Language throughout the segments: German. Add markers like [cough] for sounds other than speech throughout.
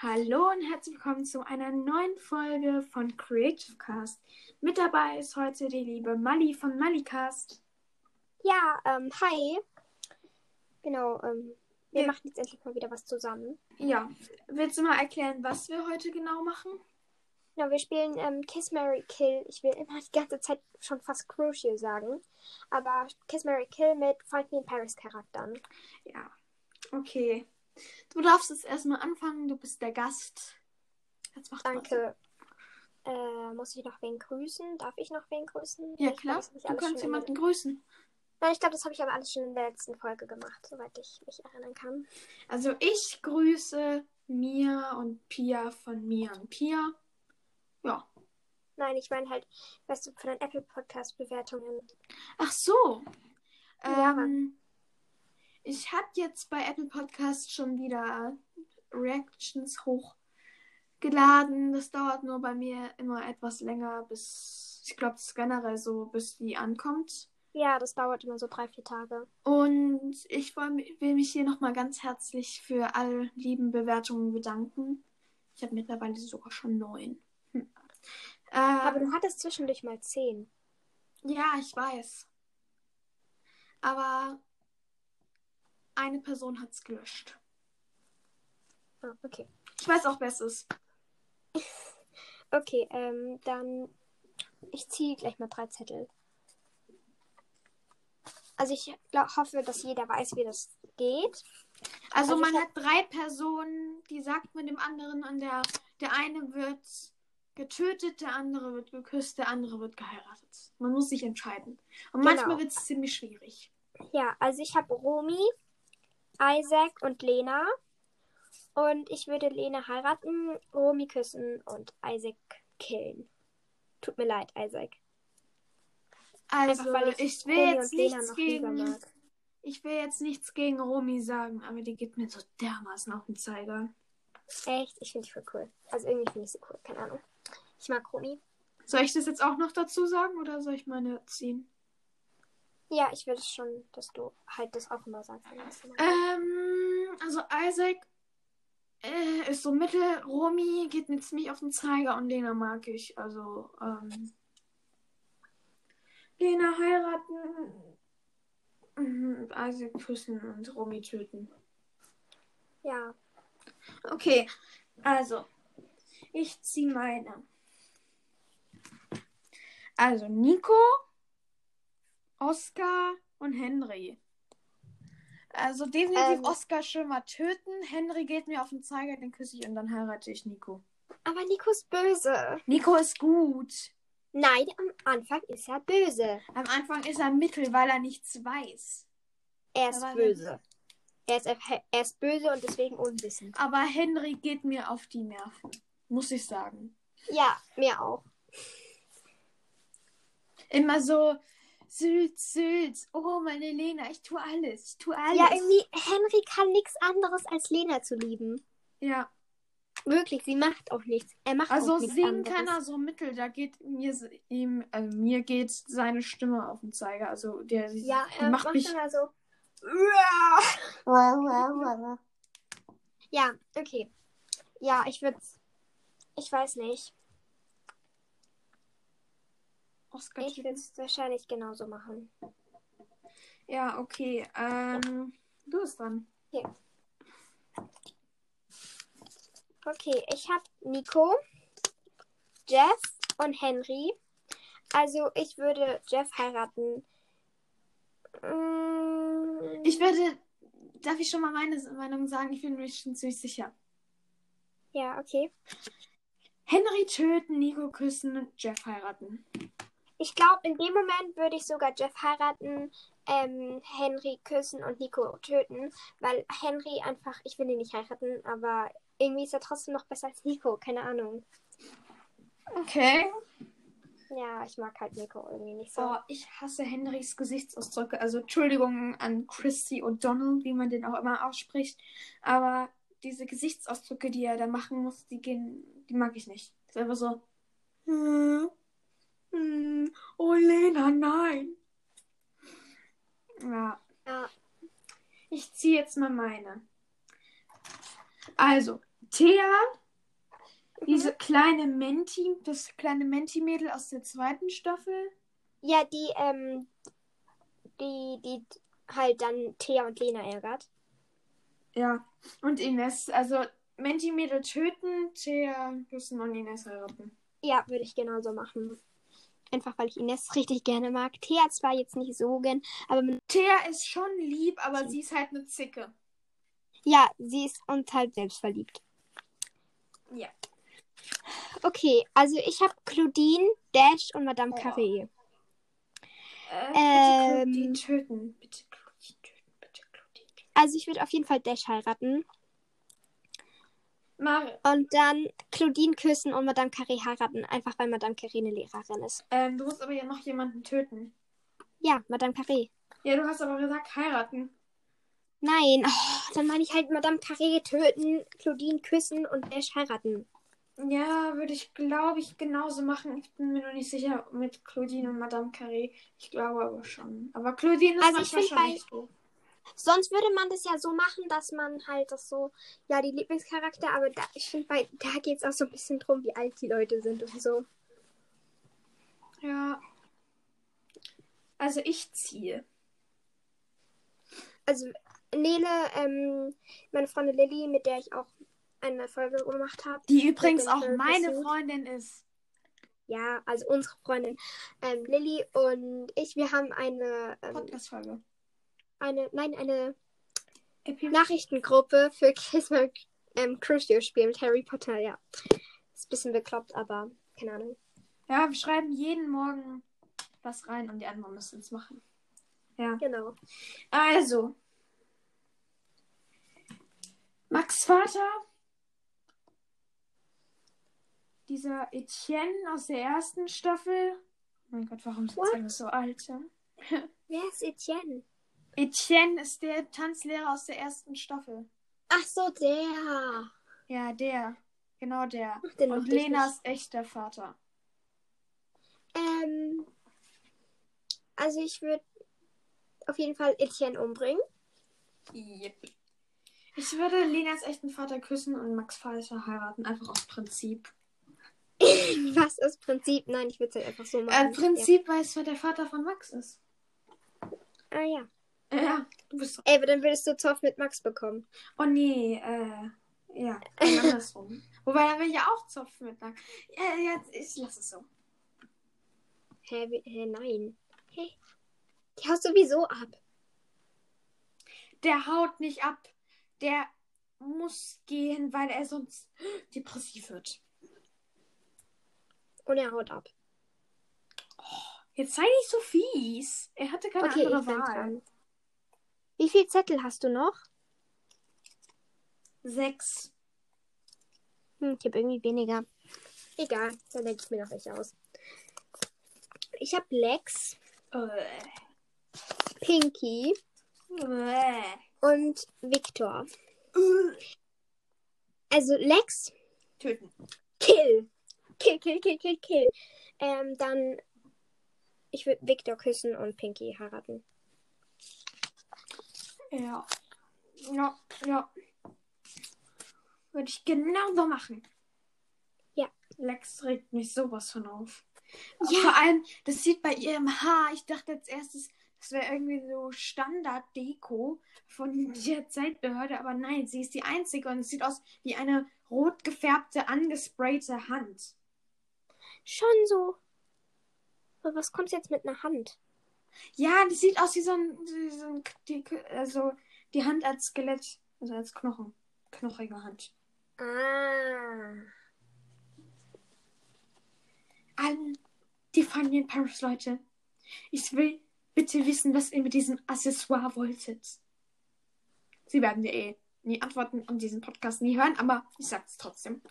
Hallo und herzlich willkommen zu einer neuen Folge von Creative Cast. Mit dabei ist heute die liebe Mali von Malicast. Ja, ähm, hi. Genau, ähm, wir Ja. machen jetzt endlich mal wieder was zusammen. Ja, willst du mal erklären, was wir heute genau machen? Genau, wir spielen ähm, Kiss Mary Kill. Ich will immer die ganze Zeit schon fast Crucial sagen. Aber Kiss Mary Kill mit Find Me in Paris Charakteren. Ja, okay. Du darfst jetzt erstmal anfangen, du bist der Gast. Das macht Spaß. Danke. Äh, muss ich noch wen grüßen? Darf ich noch wen grüßen? Ja, Ich glaub, klar, das hab ich du alles kannst schon in der- jemanden grüßen. Nein, ich glaube, das habe ich aber alles schon in der letzten Folge gemacht, soweit ich mich erinnern kann. Also ich grüße Mia und Pia von Mia und Pia. Ja. Nein, ich meine halt, weißt du, von den Apple Podcast Bewertungen. Ach so. Ja. Ähm, ich habe jetzt bei Apple Podcast schon wieder Reactions hochgeladen. Das dauert nur bei mir immer etwas länger, bis ich glaube, das ist generell so, bis die ankommt. Ja, das dauert immer so drei, vier Tage. Und ich woll, will mich hier nochmal ganz herzlich für alle lieben Bewertungen bedanken. Ich habe mittlerweile sogar schon neun. Hm. Aber Ähm, du hattest zwischendurch mal zehn. Ja, ich weiß. Aber eine Person hat's gelöscht. Ah, okay. Ich weiß auch, wer es ist. Okay, ähm, dann. Ich ziehe gleich mal drei Zettel. Also ich glaub, hoffe, dass jeder weiß, wie das geht. Also, Also ich man hab- hat drei Personen, die sagt mit dem anderen und der, der eine wird getötet, der andere wird geküsst, der andere wird geheiratet. Man muss sich entscheiden. Und Genau. manchmal wird's ziemlich schwierig. Ja, also ich habe Romy, Isaac und Lena. Und ich würde Lena heiraten, Romy küssen und Isaac killen. Tut mir leid, Isaac. Also ich will Romy jetzt und Lena nichts noch lieber gegen mag. ich will jetzt nichts gegen Romy sagen, aber die gibt mir so dermaßen auf den Zeiger. Echt, ich finde die voll cool. Also irgendwie finde ich sie cool, keine Ahnung. Ich mag Romy. Soll ich das jetzt auch noch dazu sagen oder soll ich meine ziehen? Ja, ich würde schon, dass du halt das auch immer sagst. wenn du das immer- Ähm, also Isaac äh, ist so mittel, Romy geht mir ziemlich auf den Zeiger und Lena mag ich. Also, ähm, Lena heiraten, mhm, Isaac küssen und Romy töten. Ja, Okay, also, ich ziehe meine. Also, Nico, Oscar und Henry. Also, definitiv Ähm. Oscar schon mal töten. Henry geht mir auf den Zeiger, den küsse ich und dann heirate ich Nico. aber Nico ist böse. Nico ist gut. Nein, am Anfang ist er böse. Am Anfang ist er mittel, weil er nichts weiß. Er ist Aber wenn- böse. Er ist, er ist böse und deswegen unwissend. Aber Henry geht mir auf die Nerven. Muss ich sagen. Ja, mir auch. Immer so, Sülz, Sülz. Oh, meine Lena, ich tue alles. Ich tue alles. Ja, irgendwie, Henry kann nichts anderes als Lena zu lieben. Ja. Wirklich, sie macht auch nichts. Er macht Also auch nichts singen anderes. kann er so mittel, da geht mir se- ihm, also mir geht seine Stimme auf den Zeiger. Also der Ja, er macht macht, mich. immer so. Ja, okay. Ja, ich würde. Ich weiß nicht. Oscar Ich würde es wahrscheinlich genauso machen. ja, okay. Ähm, du bist dran. Okay, ich habe Nico, Jeff und Henry. Also ich würde Jeff heiraten. Mm, Ich würde, darf ich schon mal meine Meinung sagen? Ich bin mir schon ziemlich sicher. ja, okay. Henry töten, Nico küssen und Jeff heiraten. Ich glaube, in dem Moment würde ich sogar Jeff heiraten, ähm, Henry küssen und Nico töten, weil Henry einfach, ich will ihn nicht heiraten, aber irgendwie ist er trotzdem noch besser als Nico, keine Ahnung. Okay. Ja, ich mag halt Nico irgendwie nicht so. Boah, ich hasse Henrys Gesichtsausdrücke. Also Entschuldigung an Christy O'Donnell, wie man den auch immer ausspricht. Aber diese Gesichtsausdrücke, die er da machen muss, die gehen, die mag ich nicht. Das ist einfach so. Hm, hm, oh Lena, nein. Ja. Ja. Ich ziehe jetzt mal meine. Also, Thea, diese kleine Menti, das kleine Menti-Mädel aus der zweiten Staffel. Ja, die, ähm, die, die halt dann Thea und Lena ärgert. Ja. Und Ines, also Menti-Mädel töten, Thea küssen und Ines heiraten. Ja, würde ich genauso machen. Einfach weil ich Ines richtig gerne mag. Thea zwar jetzt nicht so gern, aber man, Thea ist schon lieb, aber sie ist halt eine Zicke. ja, sie ist uns halt selbstverliebt. Ja. Okay, also ich habe Claudine, Dash und Madame Oh. Carré. Äh, bitte Ähm. Claudine töten. Bitte Claudine töten. Bitte Claudine töten. Also ich würde auf jeden Fall Dash heiraten. Mare, Und dann Claudine küssen und Madame Carré heiraten. Einfach weil Madame Carré eine Lehrerin ist. ähm, du musst aber ja noch jemanden töten. Ja, Madame Carré. Ja, du hast aber gesagt, heiraten. Nein, oh, dann meine ich halt Madame Carré töten, Claudine küssen und Dash heiraten. Ja, würde ich, glaube ich, genauso machen. Ich bin mir noch nicht sicher mit Claudine und Madame Carré. Ich glaube aber schon. Aber Claudine ist Also ich manchmal find schon bei- nicht so. Sonst würde man das ja so machen, dass man halt das so, ja, die Lieblingscharakter, aber da, ich finde, bei- da geht es auch so ein bisschen drum, wie alt die Leute sind und so. Ja. Also ich ziehe. Also, Nele, ähm, meine Freundin Lilly, mit der ich auch eine Folge gemacht habe. Die übrigens auch Jennifer meine Pursuit. Freundin ist. Ja, also unsere Freundin ähm, Lilly und ich, wir haben eine, ähm, Podcast-Folge. eine, nein, eine Epi- Nachrichtengruppe für [laughs] Kiss My ähm, Crucio Spiel mit Harry Potter, ja. Ist ein bisschen bekloppt, aber keine Ahnung. Ja, wir schreiben jeden Morgen was rein und die anderen müssen es machen. Genau. Also. Max Vater. Dieser Etienne aus der ersten Staffel. Oh mein Gott, warum sind What? alle so alt? ja? Wer ist Etienne? Etienne ist der Tanzlehrer aus der ersten Staffel. Ach so, der. Ja, der. Genau der. Ach, den Und mochte ich Lena nicht. ist echter Vater. Ähm, also ich würde auf jeden Fall Etienne [clears throat] umbringen. Ich würde Lenas echten Vater küssen und Max Vater heiraten, einfach aus Prinzip. Was aus Prinzip? Nein, ich würde es halt einfach so machen. Äh, Prinzip, weil es der Vater von Max ist. Ja. Ah ja. Ja, du bist Ey, aber dann würdest du Zoff mit Max bekommen. Oh nee, äh, ja, andersrum. [laughs] Wobei, da will ich ja auch Zopf mit lang. Ja, jetzt, ich lasse es so. Hä, wie, hä nein. Hä? Die haust sowieso ab. Der haut nicht ab. Der muss gehen, weil er sonst [gasps] depressiv wird. Und er haut ab. Jetzt sei nicht so fies. Er hatte keine okay, ich andere bin Wahl. dran. Wie viel Zettel hast du noch? Sechs. Hm, ich habe irgendwie weniger. Egal, dann denke ich mir noch welche aus. Ich habe Lex, Äh, Pinky äh, und Victor. äh. Also Lex, Töten. kill. Kill, kill, kill, kill, kill. Ähm, dann, ich würde Victor küssen und Pinky heiraten. Ja. Ja, ja. Würde ich genau so machen. Ja. Lex regt mich sowas von auf. Ja. Ja. Vor allem, das sieht bei ihr im Haar. Ich dachte als erstes, das wäre irgendwie so Standard-Deko von der Zeitbehörde, aber nein, sie ist die einzige und es sieht aus wie eine rot gefärbte, angesprayte Hand. Schon so. Aber was kommt jetzt mit einer Hand? Ja, das sieht aus wie so ein, wie so ein die, also die Hand als Skelett, also als Knochen, knochige Hand. Ah. allen die Funny in Paris Leute. Ich will bitte wissen, was ihr mit diesem Accessoire wolltet. Sie werden ja eh nie antworten und diesen Podcast nie hören, aber ich sag's trotzdem.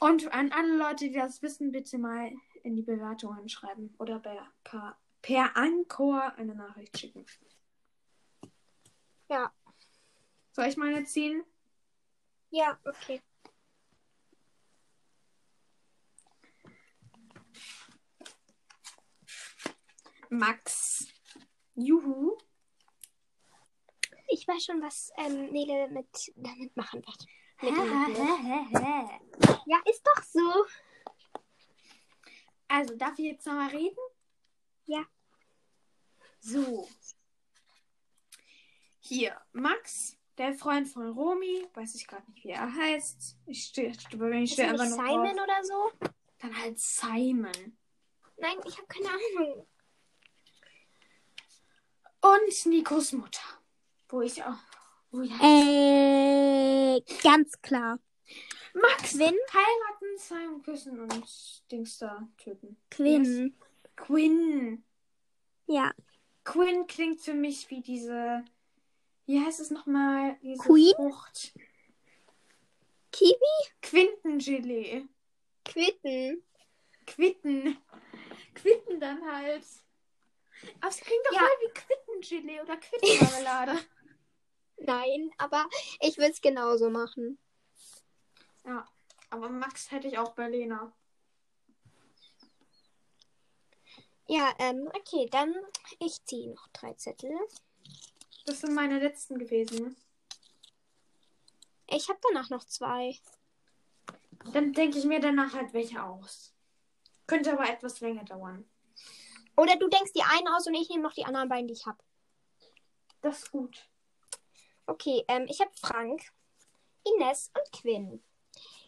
Und an alle Leute, die das wissen, bitte mal in die Bewertungen schreiben oder per, per, per Anchor eine Nachricht schicken. Ja. Soll ich meine ziehen? Ja, okay. Max. Juhu. Ich weiß schon, was ähm, Nele mit, damit machen wird. Mit damit, ne? also ja, ist doch so. Also, darf ich jetzt nochmal reden? Ja. So. Hier, Max, der Freund von Romy, weiß ich gerade nicht, wie er heißt. Ich stehe ich Ist steh er einfach nicht nur Simon Drauf. oder so? Dann halt Simon. Nein, ich habe keine Ahnung. Und Nikos Mutter. Wo ich auch. Wo ich Äh, ganz klar. Max Quinn? heiraten, Simon küssen und Dings da töten. Quinn. Quinn. Ja. Quinn klingt für mich wie diese. Wie heißt es nochmal? Diese Queen? Frucht. Kiwi? Quintengelee. Quitten. Quitten. Quitten dann halt. Aber es klingt doch Ja. mal wie Quittengelee oder [laughs] Quittenmarmelade. Nein, aber ich würde es genauso machen. ja. Aber Max hätte ich auch bei Lena. Ja, ähm, okay, dann ich ziehe noch drei Zettel. Das sind meine letzten gewesen. Ich habe danach noch zwei. Dann denke ich mir danach halt welche aus. Könnte aber etwas länger dauern. Oder du denkst die einen aus und ich nehme noch die anderen beiden, die ich habe. Das ist gut. Okay, ähm, ich habe Frank, Ines und Quinn.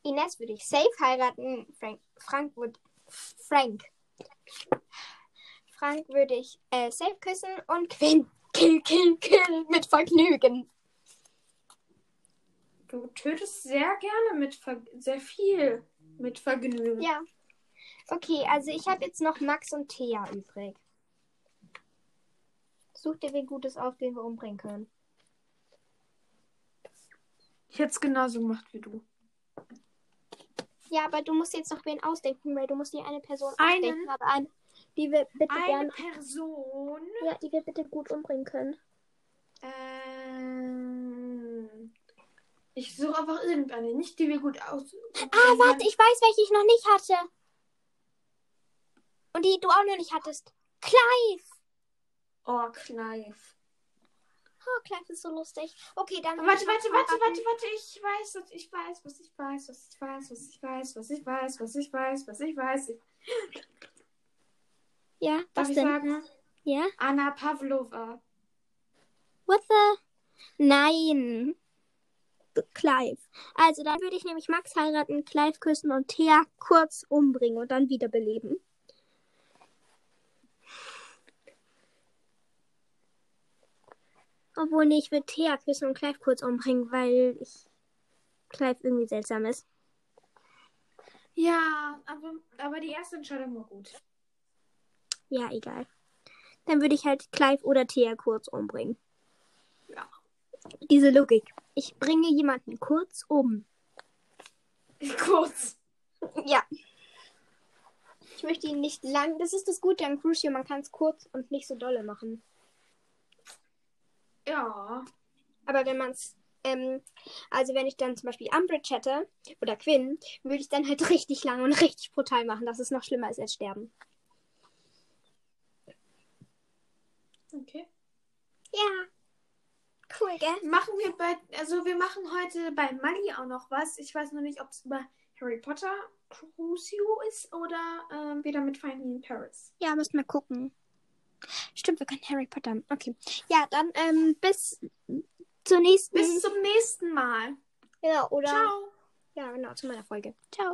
Ines würde ich safe heiraten. Frank, Frank würde. Frank. Frank würde ich äh, safe küssen und Quinn. Kill, kill, kill mit Vergnügen. Du tötest sehr gerne mit Ver sehr viel mit Vergnügen. Ja. Okay, also ich habe jetzt noch Max und Thea übrig. Such dir wen Gutes auf, den wir umbringen können. Ich hätte es genauso gemacht wie du. Ja, aber du musst jetzt noch wen ausdenken, weil du musst dir eine Person Einen? ausdenken, aber eine, die wir bitte Eine gern, Person. ja, die wir bitte gut umbringen können. Ähm, ich suche einfach irgendeine, nicht die wir gut aus. Ah, warte, ich weiß, welche ich noch nicht hatte. Und die du auch noch nicht hattest. Clive. Oh, Kneif. Oh, Clive ist so lustig. Okay, dann. Warte, warte, warte, warte, warte, ich weiß, was ich weiß, was ich weiß, was ich weiß, was ich weiß, was ich weiß, was ich weiß, was ich weiß. Ja, Darf ich sagen? Ja? Anna Pavlova. What the? Nein. Clive. Also, dann würde ich nämlich Max heiraten, Clive küssen und Thea kurz umbringen und dann wiederbeleben. Obwohl, nee, ich würde Thea küssen und Clive kurz umbringen, weil ich Clive irgendwie seltsam ist. Ja, aber, aber die erste Entscheidung war gut. [laughs] Ja, egal. Dann würde ich halt Clive oder Thea kurz umbringen. Ja. Diese Logik. Ich bringe jemanden kurz um. Kurz. Ja. Ich möchte ihn nicht lang. Das ist das Gute am Crucio. Man kann es kurz und nicht so dolle machen. Ja. Aber wenn man es. Ähm, also, wenn ich dann zum Beispiel Umbridge hätte oder Quinn, würde ich dann halt [laughs] richtig lang und richtig brutal machen, dass es noch schlimmer ist als sterben. Okay. Ja. Cool, gell? Machen wir bei, also wir machen heute bei Mali auch noch was. Ich weiß nur nicht, ob es über Harry Potter Crucio ist oder ähm, wieder mit Finding in Paris. Ja, müssen wir gucken. Stimmt, wir können Harry Potter. Okay. Ja, dann ähm, bis zur nächsten. Bis zum nächsten Mal. Mhm. ja, oder. Ciao. Ja, genau, zu meiner Folge. Ciao.